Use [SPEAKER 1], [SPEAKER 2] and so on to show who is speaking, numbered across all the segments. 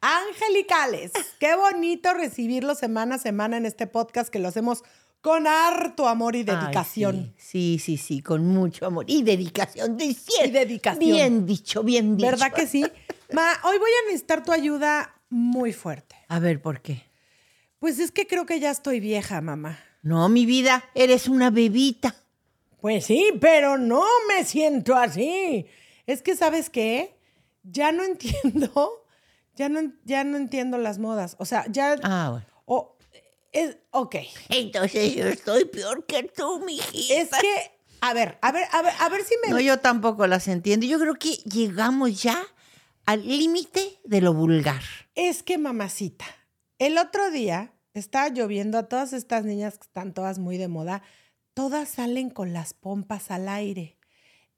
[SPEAKER 1] Angelicales. Qué bonito recibirlos semana a semana en este podcast que lo hacemos con harto amor y
[SPEAKER 2] Ay,
[SPEAKER 1] dedicación.
[SPEAKER 2] sí, sí, sí, sí, con mucho amor y dedicación. de
[SPEAKER 1] Y dedicación.
[SPEAKER 2] Bien dicho, bien dicho.
[SPEAKER 1] ¿Verdad que sí? Ma, hoy voy a necesitar tu ayuda muy fuerte.
[SPEAKER 2] A ver, ¿por qué?
[SPEAKER 1] Pues es que creo que ya estoy vieja, mamá.
[SPEAKER 2] No, mi vida, eres una bebita.
[SPEAKER 1] Pues sí, pero no me siento así. Es que, ¿sabes qué? Ya no entiendo, ya no, ya no entiendo las modas. O sea, ya...
[SPEAKER 2] Ah, bueno.
[SPEAKER 1] o- es, ok.
[SPEAKER 2] Entonces yo estoy peor que tú, mijita.
[SPEAKER 1] Es que, a ver, a ver, a ver, a ver si me.
[SPEAKER 2] No, yo tampoco las entiendo. Yo creo que llegamos ya al límite de lo vulgar.
[SPEAKER 1] Es que, mamacita, el otro día estaba lloviendo a todas estas niñas que están todas muy de moda, todas salen con las pompas al aire.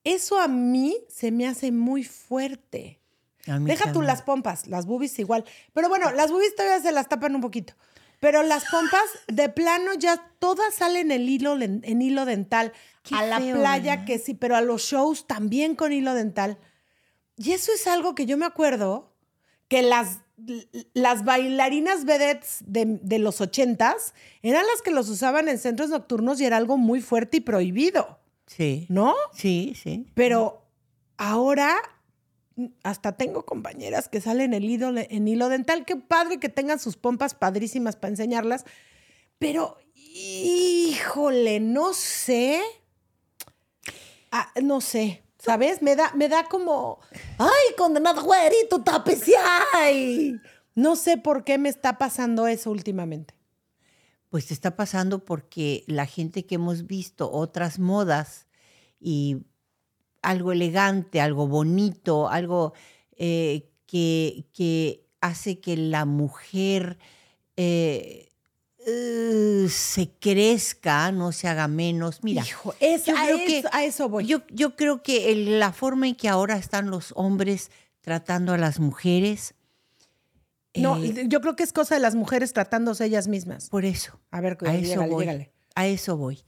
[SPEAKER 1] Eso a mí se me hace muy fuerte.
[SPEAKER 2] A mí
[SPEAKER 1] Deja tú
[SPEAKER 2] también.
[SPEAKER 1] las pompas, las boobies igual. Pero bueno, las boobies todavía se las tapan un poquito. Pero las pompas de plano ya todas salen en hilo, len- en hilo dental.
[SPEAKER 2] Qué
[SPEAKER 1] a la
[SPEAKER 2] feo,
[SPEAKER 1] playa
[SPEAKER 2] ¿verdad?
[SPEAKER 1] que sí, pero a los shows también con hilo dental. Y eso es algo que yo me acuerdo que las, las bailarinas vedettes de, de los ochentas eran las que los usaban en centros nocturnos y era algo muy fuerte y prohibido,
[SPEAKER 2] Sí.
[SPEAKER 1] ¿no?
[SPEAKER 2] Sí, sí.
[SPEAKER 1] Pero ahora mm, hasta tengo compañeras que salen el hilo- en hilo dental. Qué padre que tengan sus pompas padrísimas para enseñarlas. Pero, híjole, no sé. Ah, no sé. ¿Sabes? Me da, me da como. ¡Ay, condenado güerito, tápese! ¡Ay! No sé por qué me está pasando eso últimamente.
[SPEAKER 2] Pues te está pasando porque la gente que hemos visto otras modas y algo elegante, algo bonito, algo eh, que, que hace que la mujer eh, eh, se crezca, no se haga menos. Mira,
[SPEAKER 1] Hijo, es-
[SPEAKER 2] yo
[SPEAKER 1] a,
[SPEAKER 2] creo
[SPEAKER 1] eso,
[SPEAKER 2] que-
[SPEAKER 1] a eso voy.
[SPEAKER 2] yo, yo creo que el- la forma en que ahora están los hombres tratando a las mujeres,
[SPEAKER 1] no,
[SPEAKER 2] eh,
[SPEAKER 1] yo creo que es cosa de las mujeres tratándose ellas mismas.
[SPEAKER 2] por eso.
[SPEAKER 1] A ver,
[SPEAKER 2] A
[SPEAKER 1] cuidado,
[SPEAKER 2] eso
[SPEAKER 1] llégale,
[SPEAKER 2] voy.
[SPEAKER 1] llégale.
[SPEAKER 2] A eso voy.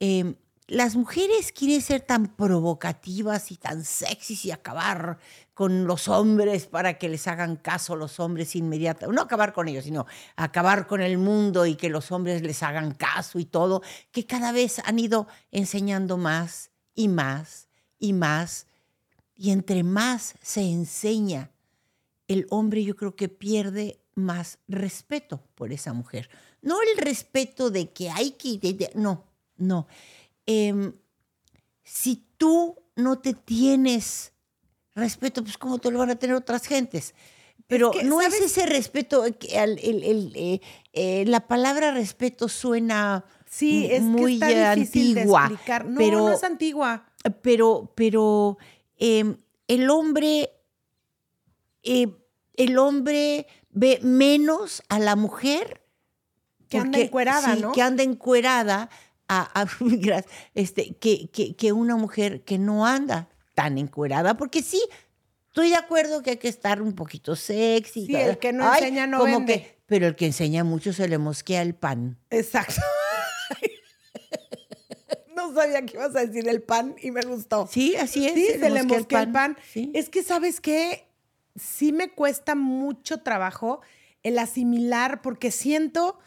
[SPEAKER 2] Eh, las mujeres quieren ser tan provocativas y tan sexys y acabar con los hombres para que les hagan caso los hombres inmediatamente. No acabar con ellos, sino acabar con el mundo y que los hombres les hagan caso y todo, que cada vez han ido enseñando más y más y más. Y entre más se enseña, el hombre yo creo que pierde más respeto por esa mujer. No el respeto de que hay que... de- de- no, no. Em, si tú no te tienes respeto, pues cómo te lo van a tener otras gentes. Pero
[SPEAKER 1] que,
[SPEAKER 2] no
[SPEAKER 1] ¿sabes?
[SPEAKER 2] es ese respeto, que al- el- el- eh, eh, la palabra respeto suena
[SPEAKER 1] Sí,
[SPEAKER 2] m-
[SPEAKER 1] es
[SPEAKER 2] muy
[SPEAKER 1] que está
[SPEAKER 2] eh,
[SPEAKER 1] difícil
[SPEAKER 2] antigua,
[SPEAKER 1] de explicar. No,
[SPEAKER 2] pero
[SPEAKER 1] no es antigua.
[SPEAKER 2] pero, pero eh, el hombre, eh, el hombre ve menos a la mujer
[SPEAKER 1] Que anda
[SPEAKER 2] porque-
[SPEAKER 1] encuerada,
[SPEAKER 2] sí,
[SPEAKER 1] ¿no?
[SPEAKER 2] Que anda encuerada a, a- gracias, este, que, que- que una mujer que no anda tan encuerada, porque sí. Estoy de acuerdo que hay que estar un poquito sexy.
[SPEAKER 1] Sí,
[SPEAKER 2] ta-
[SPEAKER 1] el que no enseña no
[SPEAKER 2] como
[SPEAKER 1] vende.
[SPEAKER 2] que- pero el que enseña mucho se le mosquea el pan.
[SPEAKER 1] Exacto. no sabía que ibas a decir el pan y me gustó.
[SPEAKER 2] Sí, así es.
[SPEAKER 1] Sí, se le mosquea el pan.
[SPEAKER 2] Sí.
[SPEAKER 1] Es que, ¿sabes qué? Sí me cuesta mucho trabajo el asimilar, porque siento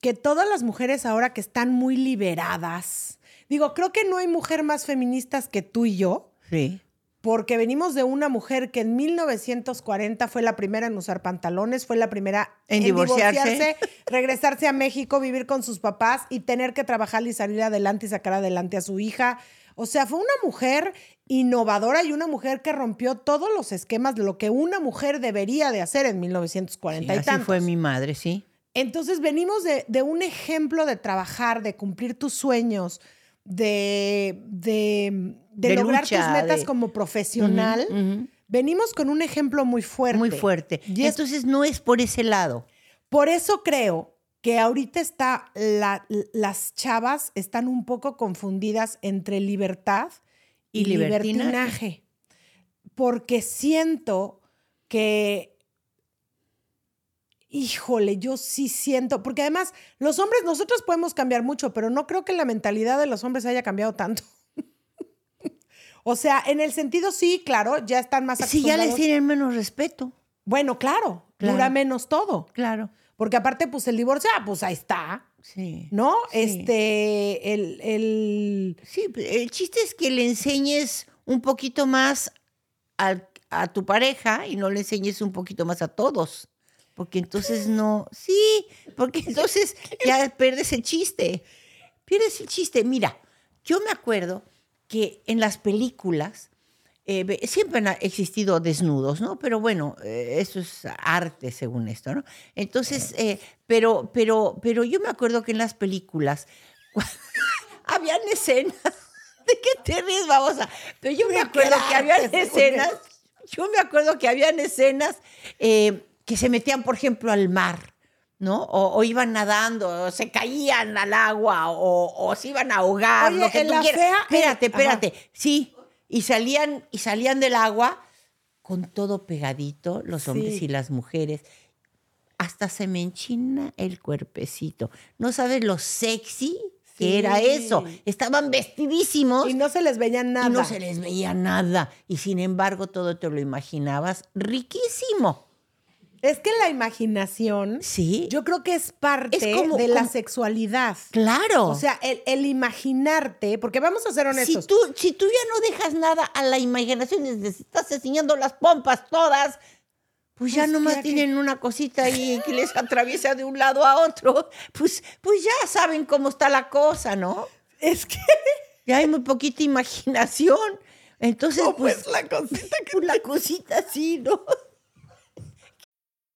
[SPEAKER 1] que todas las mujeres ahora que están muy liberadas, digo, creo que no hay mujer más feministas que tú y yo,
[SPEAKER 2] Sí.
[SPEAKER 1] porque venimos de una mujer que en 1940 fue la primera en usar pantalones, fue la primera
[SPEAKER 2] En divorciarse.
[SPEAKER 1] regresarse a México, vivir con sus papás y tener que trabajar y salir adelante y sacar adelante a su hija. O sea, fue una mujer innovadora y una mujer que rompió todos los esquemas de lo que una mujer debería de hacer en 1940
[SPEAKER 2] Sí,
[SPEAKER 1] y
[SPEAKER 2] así
[SPEAKER 1] tantos.
[SPEAKER 2] fue mi madre, sí.
[SPEAKER 1] Entonces venimos de, de un ejemplo de trabajar, de cumplir tus sueños, de, de, de
[SPEAKER 2] De
[SPEAKER 1] lograr
[SPEAKER 2] lucha,
[SPEAKER 1] tus metas
[SPEAKER 2] de-
[SPEAKER 1] como profesional. Venimos con un ejemplo muy fuerte.
[SPEAKER 2] Muy fuerte.
[SPEAKER 1] Y es-
[SPEAKER 2] Entonces no es por ese lado.
[SPEAKER 1] por eso creo que ahorita está la- las chavas están un poco confundidas entre libertad y,
[SPEAKER 2] Y libertinaje.
[SPEAKER 1] libertinaje. Porque siento que, híjole, yo sí siento, porque además los hombres, nosotros podemos cambiar mucho, pero no creo que la mentalidad de los hombres haya cambiado tanto. o sea, en el sentido sí, claro, ya están más
[SPEAKER 2] Si ya
[SPEAKER 1] acostumbrados.
[SPEAKER 2] les tienen menos respeto.
[SPEAKER 1] Bueno, claro,
[SPEAKER 2] Claro.
[SPEAKER 1] dura menos todo.
[SPEAKER 2] Claro.
[SPEAKER 1] Porque aparte, pues el divorcio, ah, pues ahí está,
[SPEAKER 2] Sí.
[SPEAKER 1] ¿no?
[SPEAKER 2] Sí.
[SPEAKER 1] Este, el, el-
[SPEAKER 2] Sí, el chiste es que le enseñes un poquito más al- a tu pareja y no le enseñes un poquito más a todos. Porque entonces no. Sí, porque entonces ya pierdes el chiste. Pierdes el chiste. Mira, yo me acuerdo que en las películas eh, ve- siempre han existido desnudos, ¿no? Pero bueno, eh, eso es arte según esto, ¿no? Entonces, eh, pero, pero, pero yo me acuerdo que en las películas habían escenas. ¿De qué te ríes, babosa? Pero yo me acuerdo que habían
[SPEAKER 1] arte,
[SPEAKER 2] escenas. Yo me acuerdo que habían escenas eh, que se metían, por ejemplo, al mar, ¿no? O, o iban nadando, o se caían al agua, o, o se iban a ahogar,
[SPEAKER 1] Oye,
[SPEAKER 2] lo que
[SPEAKER 1] en
[SPEAKER 2] tú
[SPEAKER 1] la
[SPEAKER 2] quieras.
[SPEAKER 1] fea, en- ajá.
[SPEAKER 2] espérate, espérate. Sí. Y salían, y salían del agua con todo pegadito, los hombres
[SPEAKER 1] Sí.
[SPEAKER 2] y las mujeres. Hasta se me enchina el cuerpecito. ¿No sabes lo sexy
[SPEAKER 1] Sí.
[SPEAKER 2] que era eso? Estaban vestidísimos
[SPEAKER 1] y no se les veía nada.
[SPEAKER 2] y no se les veía nada. Y sin embargo, todo te lo imaginabas riquísimo.
[SPEAKER 1] Es que la imaginación,
[SPEAKER 2] Sí.
[SPEAKER 1] yo creo que es parte
[SPEAKER 2] Es como-
[SPEAKER 1] de la
[SPEAKER 2] como-
[SPEAKER 1] sexualidad.
[SPEAKER 2] claro.
[SPEAKER 1] O sea, el, el imaginarte, porque vamos a ser
[SPEAKER 2] si
[SPEAKER 1] honestos.
[SPEAKER 2] tú, si tú ya no dejas nada a la imaginación, les les estás enseñando las pompas todas, pues ya
[SPEAKER 1] Pues,
[SPEAKER 2] nomás
[SPEAKER 1] ya que-
[SPEAKER 2] tienen una cosita ahí que les atraviesa de un lado a otro, pues, pues ya saben cómo está la cosa, ¿no?
[SPEAKER 1] Es que
[SPEAKER 2] Ya hay muy poquita imaginación. Entonces, pues, la cosita que... La cosita así, ¿no?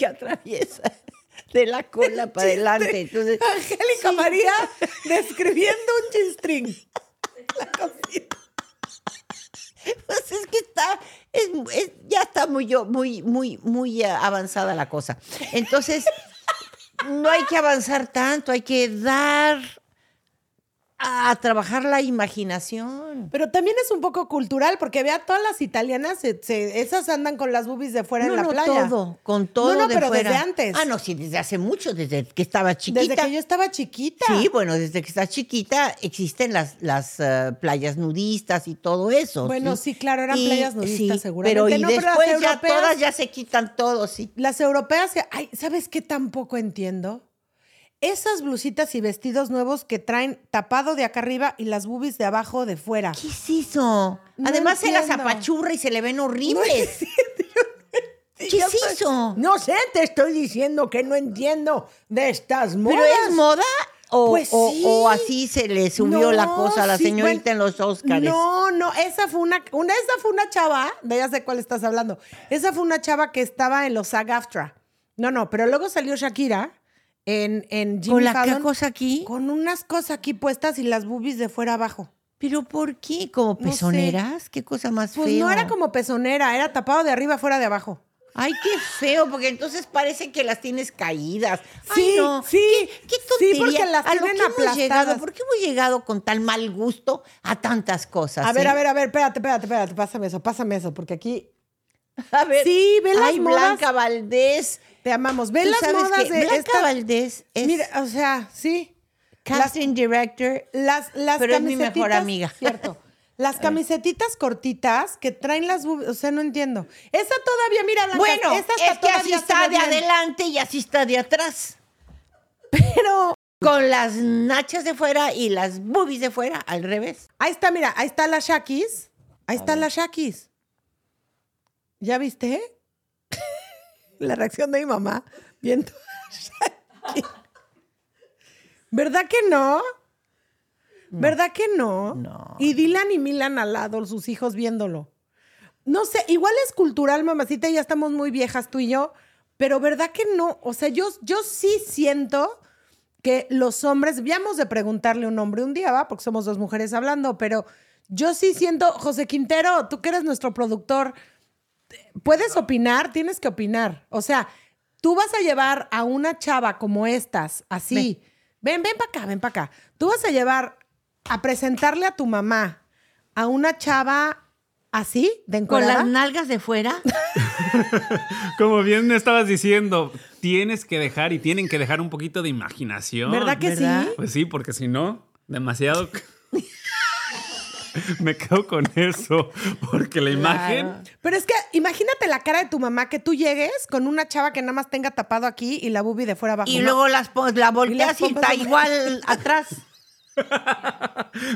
[SPEAKER 2] que atraviesa de la cola para adelante. Entonces,
[SPEAKER 1] Angélica
[SPEAKER 2] sí.
[SPEAKER 1] María describiendo un g
[SPEAKER 2] Pues es que está, es, es- ya está muy, yo- muy, muy, muy eh, avanzada la cosa. Entonces, no hay que avanzar tanto, hay que dar a trabajar la imaginación.
[SPEAKER 1] Pero también es un poco cultural, porque vea, todas las italianas, se- se- esas andan con las boobies de fuera en la playa.
[SPEAKER 2] todo, con todo
[SPEAKER 1] No, no,
[SPEAKER 2] de
[SPEAKER 1] pero
[SPEAKER 2] fuera.
[SPEAKER 1] desde antes.
[SPEAKER 2] Ah, no, sí, desde hace mucho, desde que estaba chiquita.
[SPEAKER 1] Desde que yo estaba chiquita.
[SPEAKER 2] Sí, bueno, desde que estás chiquita existen las, las eh, playas nudistas y todo eso.
[SPEAKER 1] Bueno, sí, claro, eran playas nudistas seguramente.
[SPEAKER 2] Pero y
[SPEAKER 1] No, pero las
[SPEAKER 2] después ya
[SPEAKER 1] europeas-
[SPEAKER 2] todas ya se quitan todo, sí.
[SPEAKER 1] Las europeas, se- ay, ¿sabes qué tampoco entiendo? Esas blusitas y vestidos nuevos que traen tapado de acá arriba y las boobies de abajo de fuera.
[SPEAKER 2] ¿Qué es eso?
[SPEAKER 1] No
[SPEAKER 2] Además se las
[SPEAKER 1] entiendo.
[SPEAKER 2] apachurra y se le ven horribles. ¿Qué
[SPEAKER 1] Yo
[SPEAKER 2] es
[SPEAKER 1] soy-
[SPEAKER 2] eso?
[SPEAKER 1] No sé, te estoy diciendo que no entiendo de estas modas.
[SPEAKER 2] ¿Pero es moda? O,
[SPEAKER 1] Pues
[SPEAKER 2] o-
[SPEAKER 1] sí.
[SPEAKER 2] o así se le subió la
[SPEAKER 1] No,
[SPEAKER 2] cosa a la
[SPEAKER 1] sí, bueno,
[SPEAKER 2] señorita en los Óscares.
[SPEAKER 1] No, no, esa fue una, una, esa fue una chava, de ya sé cuál estás hablando. Esa fue una chava que estaba en los SAG-AFTRA. No, no, pero luego salió Shakira en, en Jimmy
[SPEAKER 2] ¿Con la qué
[SPEAKER 1] Fallon
[SPEAKER 2] cosa aquí?
[SPEAKER 1] con unas cosas aquí puestas y las boobies de fuera abajo.
[SPEAKER 2] ¿Pero por qué? ¿Como
[SPEAKER 1] No sé.
[SPEAKER 2] pezoneras? ¿Qué cosa más
[SPEAKER 1] Pues
[SPEAKER 2] fea?
[SPEAKER 1] no era como pezonera, era tapado de arriba, fuera de abajo.
[SPEAKER 2] Ay, qué feo, porque entonces parece que las tienes caídas. Ay,
[SPEAKER 1] Sí,
[SPEAKER 2] no,
[SPEAKER 1] sí,
[SPEAKER 2] qué, qué
[SPEAKER 1] sí,
[SPEAKER 2] tontería.
[SPEAKER 1] porque las
[SPEAKER 2] ¿A lo
[SPEAKER 1] tienen
[SPEAKER 2] que hemos
[SPEAKER 1] aplastadas.
[SPEAKER 2] llegado? ¿Por qué hemos llegado con tal mal gusto a tantas cosas?
[SPEAKER 1] A ver,
[SPEAKER 2] eh?
[SPEAKER 1] a ver, a ver, espérate, espérate, espérate, pásame eso, pásame eso, porque aquí
[SPEAKER 2] A ver.
[SPEAKER 1] Sí, ve las
[SPEAKER 2] Ay,
[SPEAKER 1] modas.
[SPEAKER 2] Blanca Valdés.
[SPEAKER 1] te amamos. Ve
[SPEAKER 2] Tú
[SPEAKER 1] las
[SPEAKER 2] sabes
[SPEAKER 1] modas
[SPEAKER 2] que
[SPEAKER 1] de
[SPEAKER 2] Blanca
[SPEAKER 1] esta-
[SPEAKER 2] Valdés es
[SPEAKER 1] Mira, o sea, sí.
[SPEAKER 2] casting director.
[SPEAKER 1] Las, las
[SPEAKER 2] Pero es mi
[SPEAKER 1] camisetitas.
[SPEAKER 2] mejor amiga.
[SPEAKER 1] Cierto. Las camisetitas cortitas que traen las boobies, o sea, no entiendo. Esa todavía, mira, Blanca,
[SPEAKER 2] Bueno,
[SPEAKER 1] esta hasta
[SPEAKER 2] es que así
[SPEAKER 1] todavía se
[SPEAKER 2] está
[SPEAKER 1] ve
[SPEAKER 2] de
[SPEAKER 1] bien.
[SPEAKER 2] adelante y así está de atrás.
[SPEAKER 1] Pero
[SPEAKER 2] Con las nachas de fuera y las boobies de fuera, al revés.
[SPEAKER 1] ahí está, mira, ahí está la Shakis. Ahí está la Shakis. ¿Ya viste? la reacción de mi mamá viendo a Shakis. ¿Verdad que no? ¿Verdad que no? Y Dylan y Milan al lado, sus hijos viéndolo. No sé, igual es cultural, mamacita, ya estamos muy viejas tú y yo, pero ¿verdad que no? O sea, yo, yo sí siento que los hombres, veamos de preguntarle a un hombre un día, ¿va? Porque somos dos mujeres hablando, pero yo sí siento, José Quintero, tú que eres nuestro productor, puedes opinar, tienes que opinar. O sea, tú vas a llevar a una chava como estas, así. Ven, ven para acá, ven para acá. Tú vas a llevar a presentarle a tu mamá a una chava así, de
[SPEAKER 2] Con
[SPEAKER 1] encuadrada.
[SPEAKER 2] las nalgas de fuera.
[SPEAKER 3] Como bien me estabas diciendo, tienes que dejar y tienen que dejar un poquito de imaginación.
[SPEAKER 1] ¿Verdad que
[SPEAKER 2] ¿Verdad?
[SPEAKER 1] sí?
[SPEAKER 3] Pues sí, porque si no, demasiado. me quedo con eso, porque la imagen.
[SPEAKER 1] Pero es que imagínate la cara de tu mamá que tú llegues con una chava que nada más tenga tapado aquí y la bubi de fuera abajo.
[SPEAKER 2] Y
[SPEAKER 1] ¿no?
[SPEAKER 2] luego las pon- la volteas
[SPEAKER 1] las
[SPEAKER 2] y,
[SPEAKER 1] pompas
[SPEAKER 2] está
[SPEAKER 1] de-
[SPEAKER 2] igual atrás.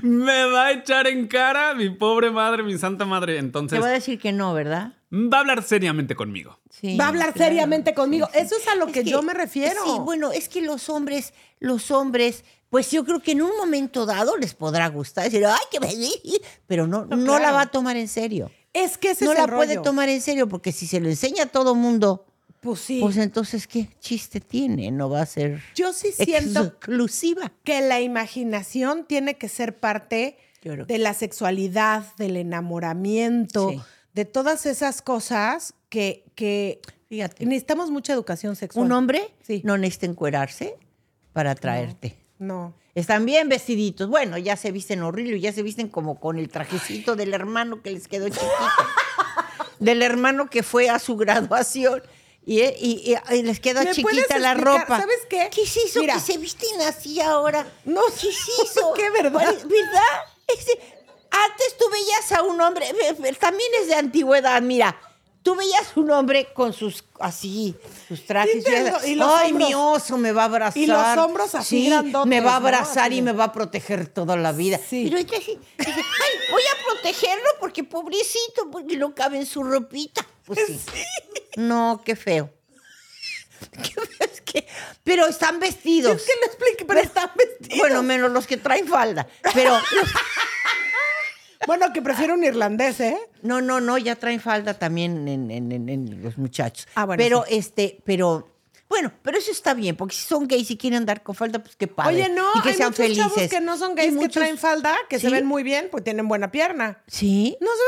[SPEAKER 3] Me va a echar en cara mi pobre madre, mi santa madre.
[SPEAKER 2] Te
[SPEAKER 3] Entonces,
[SPEAKER 2] voy a decir que no, ¿verdad?
[SPEAKER 3] va a hablar seriamente conmigo.
[SPEAKER 2] Sí,
[SPEAKER 1] Va a hablar
[SPEAKER 2] claro.
[SPEAKER 1] seriamente conmigo. Eso es a lo
[SPEAKER 2] Es
[SPEAKER 1] que, yo me refiero.
[SPEAKER 2] Sí, bueno, es que los hombres, los hombres, pues yo creo que en un momento dado les podrá gustar decir, ay, qué belleza", pero no, no, la
[SPEAKER 1] claro.
[SPEAKER 2] va a tomar en serio.
[SPEAKER 1] es que ese
[SPEAKER 2] no
[SPEAKER 1] es
[SPEAKER 2] la
[SPEAKER 1] el
[SPEAKER 2] puede
[SPEAKER 1] rollo.
[SPEAKER 2] tomar en serio porque si se lo enseña a todo mundo,
[SPEAKER 1] Pues sí.
[SPEAKER 2] pues entonces qué chiste tiene, no va a ser
[SPEAKER 1] yo sí siento
[SPEAKER 2] exclusiva.
[SPEAKER 1] que la imaginación tiene que ser parte
[SPEAKER 2] Yo creo
[SPEAKER 1] de la sexualidad, del enamoramiento,
[SPEAKER 2] Sí.
[SPEAKER 1] de todas esas cosas que, que
[SPEAKER 2] Fíjate,
[SPEAKER 1] necesitamos mucha educación sexual.
[SPEAKER 2] un hombre
[SPEAKER 1] Sí.
[SPEAKER 2] no necesita encuerarse para atraerte.
[SPEAKER 1] No.
[SPEAKER 2] Están bien vestiditos. Bueno, ya se visten horrible, ya se visten como con el trajecito del hermano que les quedó chiquito. del hermano que fue a su graduación. Y, y- y- y les queda
[SPEAKER 1] ¿Me puedes
[SPEAKER 2] chiquita la
[SPEAKER 1] explicar?
[SPEAKER 2] ropa.
[SPEAKER 1] ¿Sabes qué?
[SPEAKER 2] ¿Qué es eso
[SPEAKER 1] Mira.
[SPEAKER 2] que se visten así ahora?
[SPEAKER 1] No
[SPEAKER 2] ¿Qué es
[SPEAKER 1] sé,
[SPEAKER 2] eso?
[SPEAKER 1] qué verdad.
[SPEAKER 2] Pare- ¿Verdad? Ese- antes tú veías a un hombre, ve- ve- también es de antigüedad, mira. Tú veías un hombre con sus, así, sus
[SPEAKER 1] Sí,
[SPEAKER 2] trajes.
[SPEAKER 1] te digo, y los
[SPEAKER 2] Ay,
[SPEAKER 1] hombros.
[SPEAKER 2] mi oso me va a abrazar.
[SPEAKER 1] Y los hombros así
[SPEAKER 2] Sí,
[SPEAKER 1] grandotes,
[SPEAKER 2] Me va a
[SPEAKER 1] ¿no?
[SPEAKER 2] abrazar
[SPEAKER 1] Así
[SPEAKER 2] y
[SPEAKER 1] de-
[SPEAKER 2] me va a proteger toda la vida.
[SPEAKER 1] Sí.
[SPEAKER 2] Pero ella sí, dice, ay, voy a protegerlo porque pobrecito, porque no cabe en su ropita. Pues sí. No, qué feo. Qué feo, es que- pero están vestidos.
[SPEAKER 1] Es que no explique, pero están vestidos.
[SPEAKER 2] Bueno, menos los que traen falda. Pero
[SPEAKER 1] Bueno, que prefiero un irlandés, ¿eh?
[SPEAKER 2] no, no, no, ya traen falda también en, en- en- en los muchachos.
[SPEAKER 1] Ah, bueno,
[SPEAKER 2] Pero
[SPEAKER 1] sí.
[SPEAKER 2] este, pero bueno, pero eso está bien, porque si son gays y quieren andar con falda, pues qué padre.
[SPEAKER 1] Oye, no,
[SPEAKER 2] y que
[SPEAKER 1] hay
[SPEAKER 2] sean
[SPEAKER 1] muchos
[SPEAKER 2] felices.
[SPEAKER 1] chavos que no son
[SPEAKER 2] Y
[SPEAKER 1] gays que
[SPEAKER 2] muchos-
[SPEAKER 1] traen falda, que se
[SPEAKER 2] Sí,
[SPEAKER 1] ven muy bien, pues tienen buena pierna.
[SPEAKER 2] Sí.
[SPEAKER 1] No se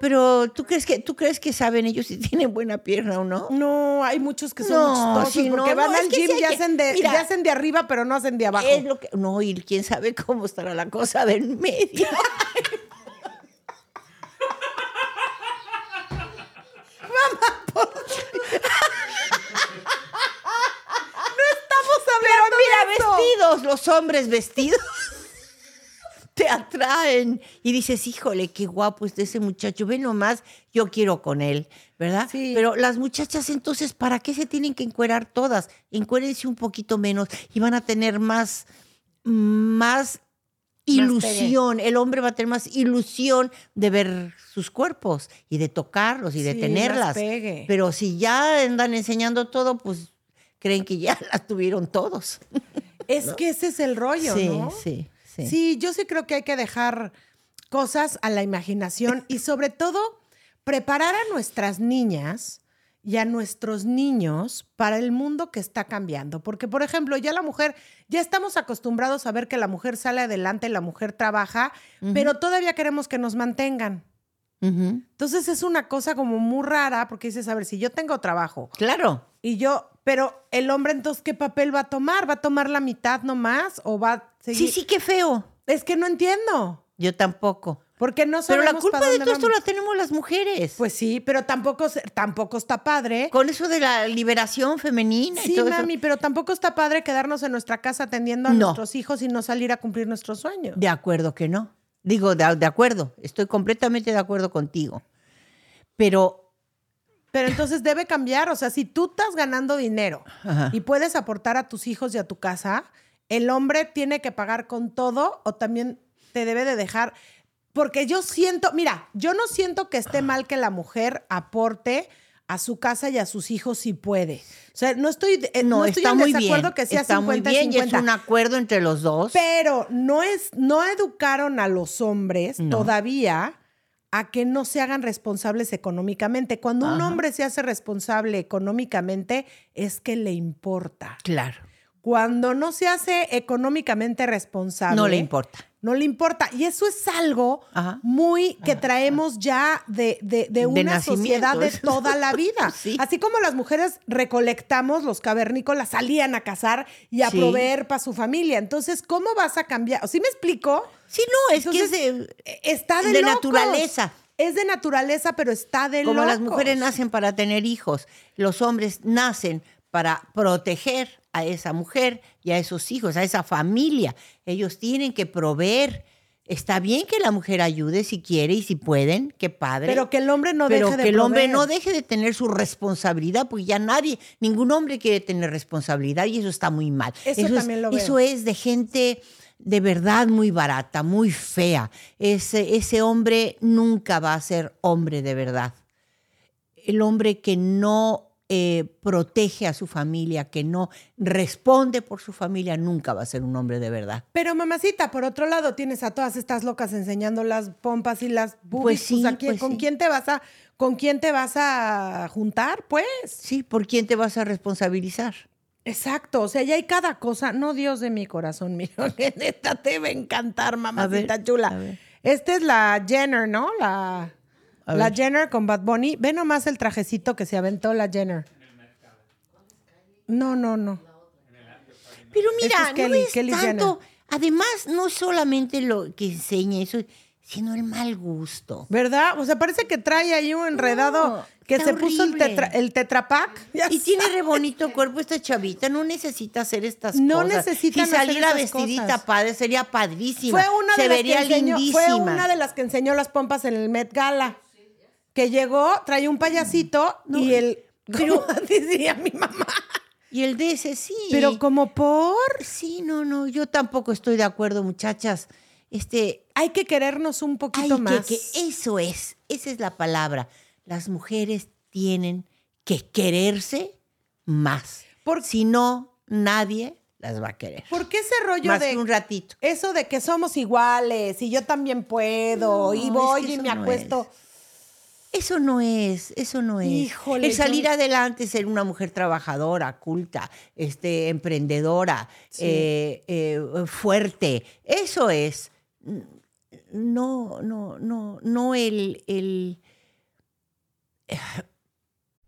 [SPEAKER 2] Pero ¿tú crees que tú crees que saben ellos si tienen buena pierna o no?
[SPEAKER 1] ve mal. No, hay muchos que son
[SPEAKER 2] No,
[SPEAKER 1] chistosos
[SPEAKER 2] sí, no,
[SPEAKER 1] porque van
[SPEAKER 2] no, es
[SPEAKER 1] al
[SPEAKER 2] que
[SPEAKER 1] gym
[SPEAKER 2] sí hay
[SPEAKER 1] y
[SPEAKER 2] que-
[SPEAKER 1] hacen de,
[SPEAKER 2] Mira.
[SPEAKER 1] y hacen de arriba, pero no hacen de abajo.
[SPEAKER 2] Es lo que no, y quién sabe cómo estará la cosa del medio.
[SPEAKER 1] Estamos
[SPEAKER 2] Pero
[SPEAKER 1] hablando de
[SPEAKER 2] mira,
[SPEAKER 1] eso.
[SPEAKER 2] vestidos, los hombres vestidos te atraen. Y dices, híjole, qué guapo está ese muchacho. Ve nomás, yo quiero con él, ¿verdad?
[SPEAKER 1] Sí.
[SPEAKER 2] Pero las muchachas, entonces, ¿para qué se tienen que encuerar todas? Encuérense un poquito menos y van a tener más, más ilusión. el hombre va a tener más ilusión de ver sus cuerpos y de tocarlos y de
[SPEAKER 1] Sí, más
[SPEAKER 2] tenerlas.
[SPEAKER 1] pegue.
[SPEAKER 2] Pero si ya andan enseñando todo, pues creen que ya las tuvieron todos.
[SPEAKER 1] Es que ese es el rollo,
[SPEAKER 2] Sí,
[SPEAKER 1] ¿no?
[SPEAKER 2] sí, sí.
[SPEAKER 1] Sí, yo sí creo que hay que dejar cosas a la imaginación y sobre todo preparar a nuestras niñas y a nuestros niños para el mundo que está cambiando. Porque, por ejemplo, ya la mujer, ya estamos acostumbrados a ver que la mujer sale adelante, la mujer trabaja, pero todavía queremos que nos mantengan.
[SPEAKER 2] Ujú.
[SPEAKER 1] Entonces es una cosa como muy rara porque dices, a ver, si yo tengo trabajo
[SPEAKER 2] Claro.
[SPEAKER 1] y yo, pero el hombre entonces, ¿qué papel va a tomar? ¿Va a tomar la mitad nomás o va a seguir?
[SPEAKER 2] Sí, sí, qué feo.
[SPEAKER 1] Es que no entiendo.
[SPEAKER 2] Yo tampoco.
[SPEAKER 1] Porque no
[SPEAKER 2] Pero
[SPEAKER 1] sabemos
[SPEAKER 2] la culpa
[SPEAKER 1] pa'
[SPEAKER 2] de
[SPEAKER 1] dónde
[SPEAKER 2] todo esto
[SPEAKER 1] vamos.
[SPEAKER 2] la tenemos las mujeres.
[SPEAKER 1] Pues sí, pero tampoco, se- tampoco está padre.
[SPEAKER 2] con eso de la liberación femenina y
[SPEAKER 1] Sí,
[SPEAKER 2] todo eso.
[SPEAKER 1] mami, pero tampoco está padre quedarnos en nuestra casa atendiendo a
[SPEAKER 2] No.
[SPEAKER 1] nuestros hijos y no salir a cumplir nuestros sueños.
[SPEAKER 2] De acuerdo que no. Digo, de, de acuerdo. Estoy completamente de acuerdo contigo. Pero
[SPEAKER 1] Pero entonces debe cambiar. O sea, si tú estás ganando dinero
[SPEAKER 2] Ajá.
[SPEAKER 1] y puedes aportar a tus hijos y a tu casa, el hombre tiene que pagar con todo o también te debe de dejar. Porque yo siento, mira, yo no siento que esté mal que la mujer aporte a su casa y a sus hijos si puede. O sea, no estoy, eh, no,
[SPEAKER 2] no,
[SPEAKER 1] estoy
[SPEAKER 2] está
[SPEAKER 1] en
[SPEAKER 2] muy
[SPEAKER 1] desacuerdo
[SPEAKER 2] bien.
[SPEAKER 1] que sea
[SPEAKER 2] está muy
[SPEAKER 1] 50
[SPEAKER 2] bien y es
[SPEAKER 1] 50.
[SPEAKER 2] un acuerdo entre los dos.
[SPEAKER 1] Pero no es, no educaron a los hombres todavía a que no se hagan responsables económicamente. Cuando un hombre se hace responsable económicamente, es que le importa.
[SPEAKER 2] claro.
[SPEAKER 1] Cuando no se hace económicamente responsable.
[SPEAKER 2] No le importa.
[SPEAKER 1] No le importa. Y eso es algo
[SPEAKER 2] Ajá.
[SPEAKER 1] muy que traemos ya de, de- de
[SPEAKER 2] De
[SPEAKER 1] una
[SPEAKER 2] nacimiento,
[SPEAKER 1] sociedad de
[SPEAKER 2] eso.
[SPEAKER 1] toda la vida.
[SPEAKER 2] Sí.
[SPEAKER 1] Así como las mujeres recolectamos, los cavernícolas salían a cazar y a
[SPEAKER 2] Sí.
[SPEAKER 1] proveer para su familia. Entonces, ¿cómo vas a cambiar? ¿Sí me explico?
[SPEAKER 2] Sí, no, es
[SPEAKER 1] Entonces,
[SPEAKER 2] que es de-
[SPEAKER 1] eh, está de,
[SPEAKER 2] de
[SPEAKER 1] locos.
[SPEAKER 2] naturaleza.
[SPEAKER 1] Es de naturaleza, pero está de
[SPEAKER 2] como las
[SPEAKER 1] locos.
[SPEAKER 2] mujeres nacen para tener hijos, los hombres nacen para proteger a esa mujer y a esos hijos, a esa familia. Ellos tienen que proveer. Está bien que la mujer ayude si quiere y si pueden, qué padre.
[SPEAKER 1] Pero que el hombre no
[SPEAKER 2] ¿eh? Pero
[SPEAKER 1] deje de
[SPEAKER 2] que el hombre
[SPEAKER 1] proveer.
[SPEAKER 2] no deje de tener su responsabilidad, porque ya nadie, ningún hombre quiere tener responsabilidad y eso está muy mal.
[SPEAKER 1] Eso también
[SPEAKER 2] es,
[SPEAKER 1] lo veo.
[SPEAKER 2] eso es de gente de verdad muy barata, muy fea. Ese, ese hombre nunca va a ser hombre de verdad. El hombre que no eh, protege a su familia, que no responde por su familia, nunca va a ser un hombre de verdad.
[SPEAKER 1] Pero mamacita, por otro lado tienes a todas estas locas enseñando las pompas y las boobies.
[SPEAKER 2] Pues sí,
[SPEAKER 1] ¿a quién-
[SPEAKER 2] pues
[SPEAKER 1] ¿con
[SPEAKER 2] sí.
[SPEAKER 1] quién te vas a con quién te vas a juntar, pues?
[SPEAKER 2] Sí, ¿por quién te vas a responsabilizar?
[SPEAKER 1] Exacto, o sea, ya hay cada cosa. No, Dios de mi corazón, mira, neta te va a encantar, mamacita
[SPEAKER 2] ver, a
[SPEAKER 1] chula.
[SPEAKER 2] ver.
[SPEAKER 1] Esta es la Jenner, ¿no? La,
[SPEAKER 2] A
[SPEAKER 1] la
[SPEAKER 2] ver.
[SPEAKER 1] Jenner con Bad Bunny. Ve nomás el trajecito que se aventó la Jenner. No, no, no.
[SPEAKER 2] Pero
[SPEAKER 1] Esto
[SPEAKER 2] mira,
[SPEAKER 1] es Kelly-
[SPEAKER 2] no es
[SPEAKER 1] Kelly Jenner.
[SPEAKER 2] tanto. Además, no solamente lo que enseña eso, sino el mal gusto.
[SPEAKER 1] ¿Verdad? O sea, parece que trae ahí un enredado
[SPEAKER 2] No,
[SPEAKER 1] que
[SPEAKER 2] está
[SPEAKER 1] se puso el,
[SPEAKER 2] horrible.
[SPEAKER 1] tetra, el tetrapac.
[SPEAKER 2] Y tiene re bonito cuerpo esta chavita, no necesita hacer estas
[SPEAKER 1] No
[SPEAKER 2] cosas.
[SPEAKER 1] necesitan
[SPEAKER 2] Si saliera
[SPEAKER 1] hacer esas
[SPEAKER 2] vestidita
[SPEAKER 1] cosas.
[SPEAKER 2] padre, sería padrísima.
[SPEAKER 1] Fue una,
[SPEAKER 2] Se
[SPEAKER 1] de las que
[SPEAKER 2] vería
[SPEAKER 1] enseñó,
[SPEAKER 2] lindísima.
[SPEAKER 1] fue una de las que enseñó las pompas en el Met Gala. Que llegó, traía un payasito
[SPEAKER 2] Mm.
[SPEAKER 1] y el. Pero, diría mi mamá.
[SPEAKER 2] Y el de ese sí.
[SPEAKER 1] Pero como por.
[SPEAKER 2] Sí, no, no, yo tampoco estoy de acuerdo, muchachas. Este,
[SPEAKER 1] Hay que querernos un
[SPEAKER 2] Ay,
[SPEAKER 1] poquito
[SPEAKER 2] que-
[SPEAKER 1] más.
[SPEAKER 2] que eh, eso es, esa es la palabra. Las mujeres tienen que quererse más.
[SPEAKER 1] Por-
[SPEAKER 2] si no, nadie las va a querer.
[SPEAKER 1] ¿Por qué ese rollo
[SPEAKER 2] más
[SPEAKER 1] de.
[SPEAKER 2] que un ratito.
[SPEAKER 1] Eso de que somos iguales y yo también puedo
[SPEAKER 2] No,
[SPEAKER 1] y
[SPEAKER 2] es
[SPEAKER 1] voy
[SPEAKER 2] que
[SPEAKER 1] y
[SPEAKER 2] eso
[SPEAKER 1] me
[SPEAKER 2] no
[SPEAKER 1] acuesto.
[SPEAKER 2] Eso no es, eso no es.
[SPEAKER 1] Híjole,
[SPEAKER 2] El salir
[SPEAKER 1] yo-
[SPEAKER 2] adelante, ser una mujer trabajadora, culta, este, emprendedora, eh, eh, fuerte, eso es. No, no, no, no el- el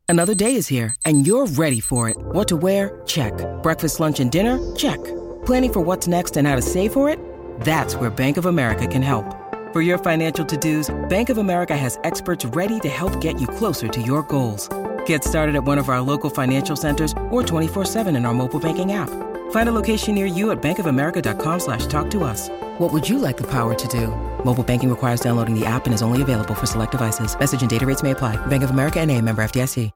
[SPEAKER 4] Another day is here, and you're ready for it. What to wear? Check. Breakfast, lunch, and dinner? Check. Planning for what's next and how to save for it? That's where Bank of America can help. For your financial to dos, Bank of America has experts ready to help get you closer to your goals. Get started at one of our local financial centers or 24-7 in our mobile banking app. Find a location near you at bankofamerica.com slash talk to us. What would you like the power to do? Mobile banking requires downloading the app and is only available for select devices. Message and data rates may apply. Bank of America and a member FDIC.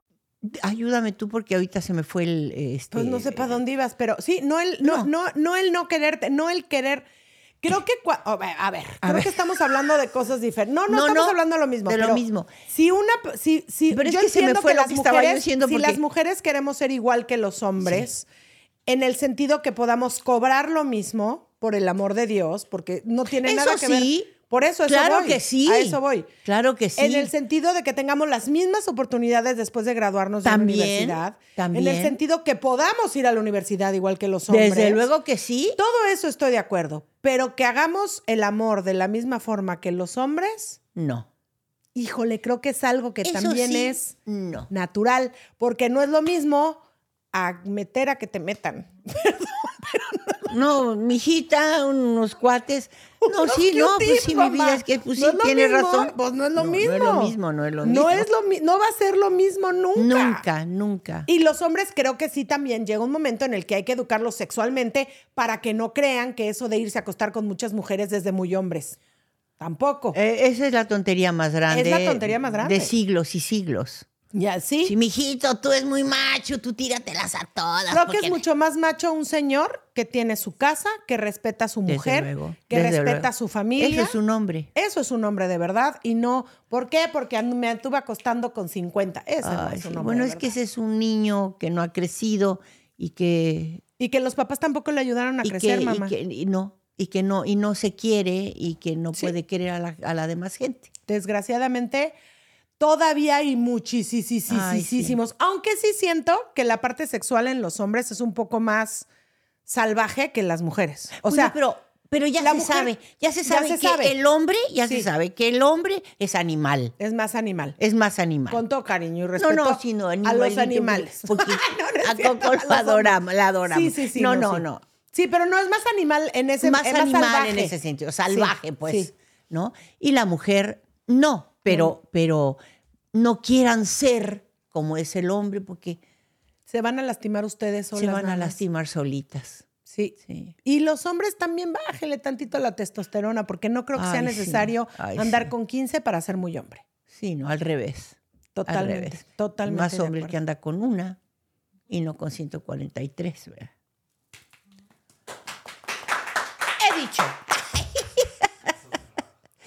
[SPEAKER 2] Ayúdame tú porque ahorita se me fue el... eh, Este,
[SPEAKER 1] Pues no sé para dónde ibas, pero sí, no el no, no. No, el no quererte, no el querer. Creo que cua- a ver, a ver, creo
[SPEAKER 2] ver.
[SPEAKER 1] que estamos hablando de cosas diferentes. No, no,
[SPEAKER 2] No,
[SPEAKER 1] estamos
[SPEAKER 2] no,
[SPEAKER 1] hablando de lo mismo.
[SPEAKER 2] de lo
[SPEAKER 1] pero
[SPEAKER 2] mismo.
[SPEAKER 1] Si una p- si si
[SPEAKER 2] Pero es
[SPEAKER 1] yo
[SPEAKER 2] que se me
[SPEAKER 1] entiendo
[SPEAKER 2] fue lo
[SPEAKER 1] las
[SPEAKER 2] que estaba yo
[SPEAKER 1] mujeres-
[SPEAKER 2] diciendo
[SPEAKER 1] si
[SPEAKER 2] porque-
[SPEAKER 1] las mujeres queremos ser igual que los hombres en el sentido que podamos cobrar lo mismo por el amor de Dios, porque no tiene
[SPEAKER 2] Eso
[SPEAKER 1] nada que
[SPEAKER 2] sí.
[SPEAKER 1] ver. Por eso, a eso
[SPEAKER 2] Claro
[SPEAKER 1] voy.
[SPEAKER 2] que sí.
[SPEAKER 1] A eso voy.
[SPEAKER 2] Claro que Eh, sí.
[SPEAKER 1] En el sentido de que tengamos las mismas oportunidades después de graduarnos
[SPEAKER 2] También,
[SPEAKER 1] de la universidad. En el
[SPEAKER 2] también.
[SPEAKER 1] sentido que podamos ir a la universidad igual que los hombres.
[SPEAKER 2] Desde luego que sí.
[SPEAKER 1] Todo eso estoy de acuerdo. Pero que hagamos el amor de la misma forma que los hombres,
[SPEAKER 2] No.
[SPEAKER 1] híjole, creo que es algo que
[SPEAKER 2] Eso
[SPEAKER 1] también
[SPEAKER 2] sí,
[SPEAKER 1] es
[SPEAKER 2] no.
[SPEAKER 1] natural, porque no es lo mismo a meter a que te metan.
[SPEAKER 2] No, mijita, unos cuates. No,
[SPEAKER 1] Unos
[SPEAKER 2] sí, no,
[SPEAKER 1] cuties,
[SPEAKER 2] pues sí, mi vida,
[SPEAKER 1] mamá.
[SPEAKER 2] es que pues sí,
[SPEAKER 1] No es lo
[SPEAKER 2] tienes
[SPEAKER 1] mismo,
[SPEAKER 2] razón.
[SPEAKER 1] Pues no es lo mismo.
[SPEAKER 2] No es lo mismo, no es lo mismo.
[SPEAKER 1] No es lo mi- no va a ser lo mismo nunca.
[SPEAKER 2] Nunca, nunca.
[SPEAKER 1] Y los hombres creo que sí también llega un momento en el que hay que educarlos sexualmente para que no crean que eso de irse a acostar con muchas mujeres desde muy hombres. Tampoco.
[SPEAKER 2] Eh, esa es la tontería más grande.
[SPEAKER 1] tontería más grande.
[SPEAKER 2] De siglos y siglos.
[SPEAKER 1] y así.
[SPEAKER 2] Sí, mijito, tú eres muy macho, tú tíratelas a todas.
[SPEAKER 1] Creo que
[SPEAKER 2] porque-
[SPEAKER 1] es mucho más macho un señor que tiene su casa, que respeta a su
[SPEAKER 2] Desde
[SPEAKER 1] mujer,
[SPEAKER 2] luego,
[SPEAKER 1] que
[SPEAKER 2] desde
[SPEAKER 1] respeta
[SPEAKER 2] luego.
[SPEAKER 1] a su familia.
[SPEAKER 2] Eso es un hombre.
[SPEAKER 1] Eso es un hombre de verdad y no, ¿por qué? Porque an- me anduve acostando con 50. Ese no
[SPEAKER 2] Ay,
[SPEAKER 1] es
[SPEAKER 2] sí.
[SPEAKER 1] un hombre
[SPEAKER 2] Bueno,
[SPEAKER 1] de
[SPEAKER 2] es que
[SPEAKER 1] verdad.
[SPEAKER 2] ese es un niño que no ha crecido y que.
[SPEAKER 1] Y que los papás tampoco le ayudaron a
[SPEAKER 2] y
[SPEAKER 1] crecer,
[SPEAKER 2] que, y
[SPEAKER 1] mamá.
[SPEAKER 2] que- y no, y que no, y no se quiere y que no
[SPEAKER 1] Sí.
[SPEAKER 2] puede querer a la, a la demás gente.
[SPEAKER 1] Desgraciadamente, todavía hay
[SPEAKER 2] Ay, sí.
[SPEAKER 1] muchísimos. Aunque sí siento que la parte sexual en los hombres es un poco más salvaje que en las mujeres. O
[SPEAKER 2] Oye,
[SPEAKER 1] sea,
[SPEAKER 2] pero, pero ya
[SPEAKER 1] la
[SPEAKER 2] se
[SPEAKER 1] mujer-
[SPEAKER 2] sabe, ya se
[SPEAKER 1] ya
[SPEAKER 2] sabe
[SPEAKER 1] se
[SPEAKER 2] que
[SPEAKER 1] sabe.
[SPEAKER 2] el hombre, ya
[SPEAKER 1] Sí.
[SPEAKER 2] se sabe que el hombre es animal,
[SPEAKER 1] es más animal.
[SPEAKER 2] es más animal.
[SPEAKER 1] Con todo cariño y respeto
[SPEAKER 2] no, no, sino
[SPEAKER 1] a los
[SPEAKER 2] animalito,
[SPEAKER 1] animales.
[SPEAKER 2] Porque
[SPEAKER 1] No, no es
[SPEAKER 2] a
[SPEAKER 1] cierto,
[SPEAKER 2] Coco
[SPEAKER 1] a los
[SPEAKER 2] lo adoramos, la adoramos.
[SPEAKER 1] Sí, sí, sí.
[SPEAKER 2] No, no,
[SPEAKER 1] sí.
[SPEAKER 2] no.
[SPEAKER 1] Sí, pero no es más animal en ese
[SPEAKER 2] más
[SPEAKER 1] es
[SPEAKER 2] animal en
[SPEAKER 1] salvaje.
[SPEAKER 2] ese sentido, salvaje,
[SPEAKER 1] Sí,
[SPEAKER 2] pues,
[SPEAKER 1] sí.
[SPEAKER 2] ¿no? Y la mujer, no, pero, pero no quieran ser como es el hombre porque
[SPEAKER 1] Se van a lastimar ustedes solas.
[SPEAKER 2] se van
[SPEAKER 1] nada
[SPEAKER 2] a
[SPEAKER 1] más.
[SPEAKER 2] lastimar solitas.
[SPEAKER 1] Sí.
[SPEAKER 2] Sí.
[SPEAKER 1] Y los hombres también bájele tantito la testosterona, porque no creo que sea
[SPEAKER 2] Ay, sí.
[SPEAKER 1] necesario
[SPEAKER 2] Ay,
[SPEAKER 1] andar
[SPEAKER 2] sí.
[SPEAKER 1] con 15 para ser muy hombre.
[SPEAKER 2] Sí, no, al revés.
[SPEAKER 1] Totalmente,
[SPEAKER 2] Al revés.
[SPEAKER 1] totalmente
[SPEAKER 2] Más
[SPEAKER 1] de
[SPEAKER 2] hombre el
[SPEAKER 1] acuerdo.
[SPEAKER 2] que anda con una y no con 143, ¿verdad? He dicho.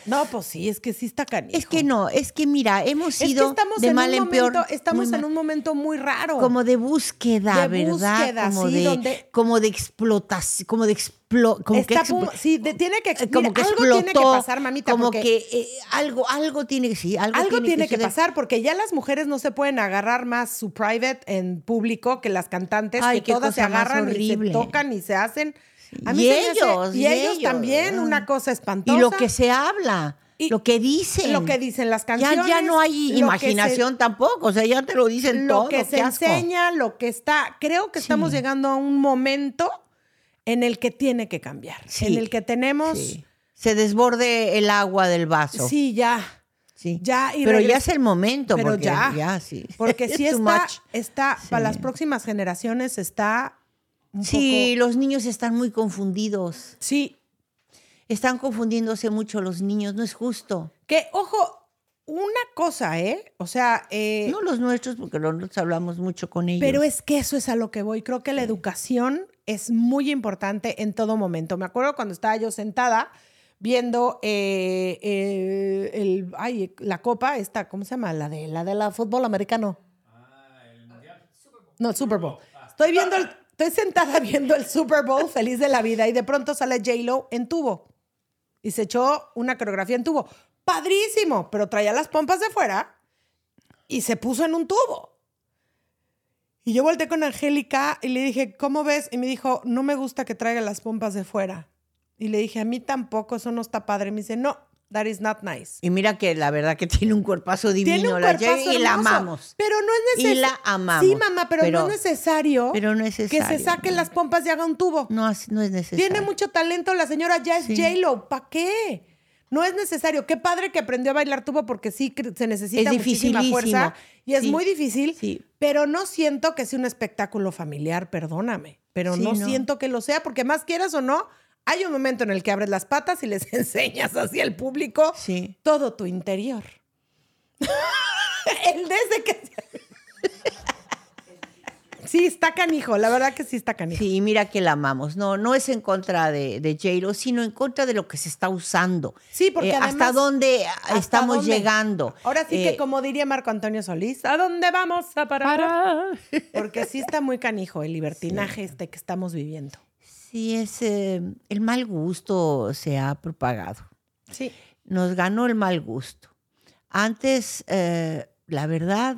[SPEAKER 1] No, pues sí, es que sí está canijo.
[SPEAKER 2] Es que no, es que mira, hemos
[SPEAKER 1] Es que
[SPEAKER 2] sido
[SPEAKER 1] estamos
[SPEAKER 2] de
[SPEAKER 1] en
[SPEAKER 2] mal
[SPEAKER 1] un
[SPEAKER 2] en
[SPEAKER 1] momento,
[SPEAKER 2] peor.
[SPEAKER 1] estamos
[SPEAKER 2] muy
[SPEAKER 1] en
[SPEAKER 2] mal.
[SPEAKER 1] un momento muy raro.
[SPEAKER 2] como de búsqueda,
[SPEAKER 1] De
[SPEAKER 2] ¿verdad?
[SPEAKER 1] búsqueda,
[SPEAKER 2] como,
[SPEAKER 1] sí,
[SPEAKER 2] de,
[SPEAKER 1] donde-
[SPEAKER 2] como de explotación, como de explo, como
[SPEAKER 1] Está
[SPEAKER 2] que expl-
[SPEAKER 1] pum- sí, de- tiene que-
[SPEAKER 2] eh,
[SPEAKER 1] mira, algo tiene que pasar, mamita,
[SPEAKER 2] como
[SPEAKER 1] porque-
[SPEAKER 2] que eh, algo, algo tiene que sí, algo,
[SPEAKER 1] Algo tiene que,
[SPEAKER 2] suceder.
[SPEAKER 1] pasar porque ya las mujeres no se pueden agarrar más su private en público que las cantantes
[SPEAKER 2] Ay,
[SPEAKER 1] que
[SPEAKER 2] qué
[SPEAKER 1] todas se
[SPEAKER 2] cosa más
[SPEAKER 1] agarran y se
[SPEAKER 2] horrible.
[SPEAKER 1] tocan y se hacen.
[SPEAKER 2] Y
[SPEAKER 1] se me hace-
[SPEAKER 2] ellos,
[SPEAKER 1] y,
[SPEAKER 2] y
[SPEAKER 1] ellos,
[SPEAKER 2] ellos,
[SPEAKER 1] también
[SPEAKER 2] ah.
[SPEAKER 1] una cosa espantosa.
[SPEAKER 2] Y lo que se habla,
[SPEAKER 1] Y-
[SPEAKER 2] lo que dicen,
[SPEAKER 1] lo que dicen las
[SPEAKER 2] Ya-
[SPEAKER 1] canciones,
[SPEAKER 2] ya, no hay
[SPEAKER 1] lo que
[SPEAKER 2] imaginación tampoco, o sea, ya te lo dicen
[SPEAKER 1] lo
[SPEAKER 2] todo,
[SPEAKER 1] que se
[SPEAKER 2] qué asco.
[SPEAKER 1] enseña, lo que está. Creo que estamos
[SPEAKER 2] Sí.
[SPEAKER 1] llegando a un momento en el que tiene que cambiar,
[SPEAKER 2] Sí,
[SPEAKER 1] en el que tenemos.
[SPEAKER 2] Sí.
[SPEAKER 1] Sí,
[SPEAKER 2] Se desborde el agua del vaso.
[SPEAKER 1] ya.
[SPEAKER 2] Sí.
[SPEAKER 1] Ya, y
[SPEAKER 2] pero
[SPEAKER 1] regres-
[SPEAKER 2] ya es el momento,
[SPEAKER 1] Pero
[SPEAKER 2] porque
[SPEAKER 1] ya,
[SPEAKER 2] ya, sí.
[SPEAKER 1] Porque si
[SPEAKER 2] Too
[SPEAKER 1] está,
[SPEAKER 2] much.
[SPEAKER 1] está para
[SPEAKER 2] Sí.
[SPEAKER 1] las próximas generaciones está un
[SPEAKER 2] Sí,
[SPEAKER 1] poco-
[SPEAKER 2] los niños están muy confundidos.
[SPEAKER 1] sí,
[SPEAKER 2] Están confundiéndose mucho los niños, no es justo.
[SPEAKER 1] que ojo, una cosa, ¿eh? O sea, eh,
[SPEAKER 2] No los nuestros, porque los nosotros hablamos mucho con ellos.
[SPEAKER 1] Pero es que eso es a lo que voy. Creo que la educación es muy importante en todo momento. Me acuerdo cuando estaba yo sentada viendo eh, eh, el, ay, la copa, esta, ¿cómo se llama? La de la de la fútbol americano. No, el Super Bowl. Estoy viendo el- estoy sentada viendo el Super Bowl, feliz de la vida, y de pronto sale J-Lo en tubo. Y se echó una coreografía en tubo. Padrísimo, pero traía las pompas de fuera y se puso en un tubo. Y yo volteé con Angélica y le dije, ¿cómo ves? Y me dijo, no me gusta que traiga las pompas de fuera. Y le dije, a mí tampoco, eso no está padre. Y me dice, no, that is not nice.
[SPEAKER 2] Y mira que la verdad que tiene un cuerpazo divino
[SPEAKER 1] Tiene un
[SPEAKER 2] la
[SPEAKER 1] cuerpazo
[SPEAKER 2] Jenny, y la
[SPEAKER 1] hermoso,
[SPEAKER 2] amamos.
[SPEAKER 1] Pero no es
[SPEAKER 2] Y
[SPEAKER 1] necesario.
[SPEAKER 2] la amamos,
[SPEAKER 1] Sí, mamá, pero,
[SPEAKER 2] pero-
[SPEAKER 1] no es necesario,
[SPEAKER 2] pero no es
[SPEAKER 1] que se
[SPEAKER 2] necesario,
[SPEAKER 1] saquen
[SPEAKER 2] no.
[SPEAKER 1] las pompas y haga un tubo.
[SPEAKER 2] No, as- no es necesario.
[SPEAKER 1] Tiene mucho talento la señora, ya es
[SPEAKER 2] Sí.
[SPEAKER 1] J-Lo, ¿para qué? No es necesario. Qué padre que aprendió a bailar tubo porque sí cre- se necesita
[SPEAKER 2] Es
[SPEAKER 1] muchísima
[SPEAKER 2] dificilísimo.
[SPEAKER 1] fuerza y es
[SPEAKER 2] Sí.
[SPEAKER 1] muy difícil,
[SPEAKER 2] Sí.
[SPEAKER 1] pero no siento que sea un espectáculo familiar, perdóname, pero
[SPEAKER 2] Sí,
[SPEAKER 1] no,
[SPEAKER 2] no.
[SPEAKER 1] siento que lo sea porque más quieras o no, hay un momento en el que abres las patas y les enseñas hacia el público
[SPEAKER 2] Sí.
[SPEAKER 1] todo tu interior. el desde que Sí, está canijo, la verdad que sí está canijo.
[SPEAKER 2] Sí, y mira que la amamos. No, no es en contra de, de J-Lo, sino en contra de lo que se está usando.
[SPEAKER 1] Sí, porque
[SPEAKER 2] Eh, hasta
[SPEAKER 1] además-
[SPEAKER 2] dónde
[SPEAKER 1] ¿Hasta
[SPEAKER 2] estamos
[SPEAKER 1] dónde? Oh.
[SPEAKER 2] llegando.
[SPEAKER 1] Ahora sí que
[SPEAKER 2] Eh,
[SPEAKER 1] como diría Marco Antonio Solís, ¿a dónde vamos a parar? Porque sí está muy canijo el libertinaje este que estamos viviendo.
[SPEAKER 2] Sí, es eh, el mal gusto se ha propagado.
[SPEAKER 1] Sí.
[SPEAKER 2] Nos ganó el mal gusto. Antes, eh, la verdad,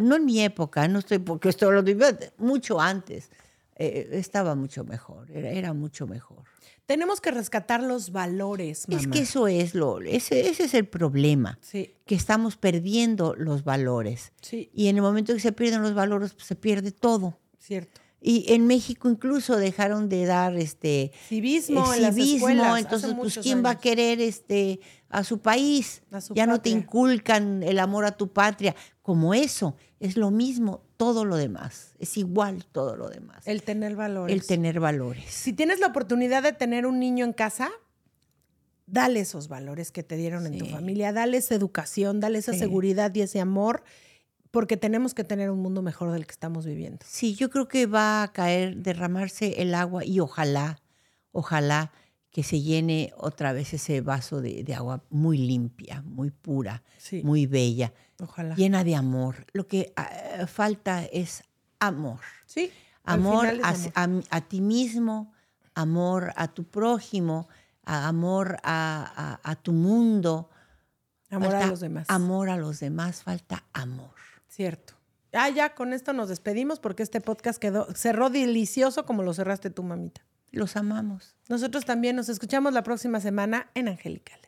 [SPEAKER 2] no en mi época, no estoy porque esto lo viví mucho antes. eh, estaba mucho mejor, era, era mucho mejor.
[SPEAKER 1] Tenemos que rescatar los valores, mamá.
[SPEAKER 2] Es que eso es lo, ese, ese es el problema,
[SPEAKER 1] Sí,
[SPEAKER 2] que estamos perdiendo los valores.
[SPEAKER 1] sí,
[SPEAKER 2] Y en el momento que se pierden los valores, pues, se pierde todo.
[SPEAKER 1] cierto.
[SPEAKER 2] Y en México incluso dejaron de dar este
[SPEAKER 1] Civismo,
[SPEAKER 2] eh,
[SPEAKER 1] en las
[SPEAKER 2] civismo,
[SPEAKER 1] escuelas, hace
[SPEAKER 2] entonces pues
[SPEAKER 1] muchos
[SPEAKER 2] quién va a
[SPEAKER 1] años.
[SPEAKER 2] querer este a su país,
[SPEAKER 1] A su
[SPEAKER 2] ya no te
[SPEAKER 1] patria.
[SPEAKER 2] inculcan el amor a tu patria, como eso, es lo mismo todo lo demás, es igual todo lo demás.
[SPEAKER 1] El tener valores.
[SPEAKER 2] El tener valores.
[SPEAKER 1] Si tienes la oportunidad de tener un niño en casa, dale esos valores que te dieron en tu
[SPEAKER 2] Sí.
[SPEAKER 1] familia, dale esa educación, dale esa
[SPEAKER 2] Sí.
[SPEAKER 1] seguridad y ese amor, porque tenemos que tener un mundo mejor del que estamos viviendo.
[SPEAKER 2] Sí, yo creo que va a caer, derramarse el agua y ojalá, ojalá que se llene otra vez ese vaso de, de agua muy limpia, muy pura,
[SPEAKER 1] Sí.
[SPEAKER 2] muy bella,
[SPEAKER 1] Ojalá.
[SPEAKER 2] llena de amor. Lo que ah, falta es amor.
[SPEAKER 1] Sí. al
[SPEAKER 2] Amor,
[SPEAKER 1] final es
[SPEAKER 2] a,
[SPEAKER 1] amor.
[SPEAKER 2] a- a ti mismo, amor a tu prójimo, a- amor a, a- a tu mundo.
[SPEAKER 1] Amor a
[SPEAKER 2] Falta
[SPEAKER 1] los demás.
[SPEAKER 2] Amor a los demás, falta amor.
[SPEAKER 1] Cierto. Ah, ya con esto nos despedimos porque este podcast quedó cerró delicioso como lo cerraste tú, mamita.
[SPEAKER 2] Los amamos.
[SPEAKER 1] Nosotros también nos escuchamos la próxima semana en Angelicales.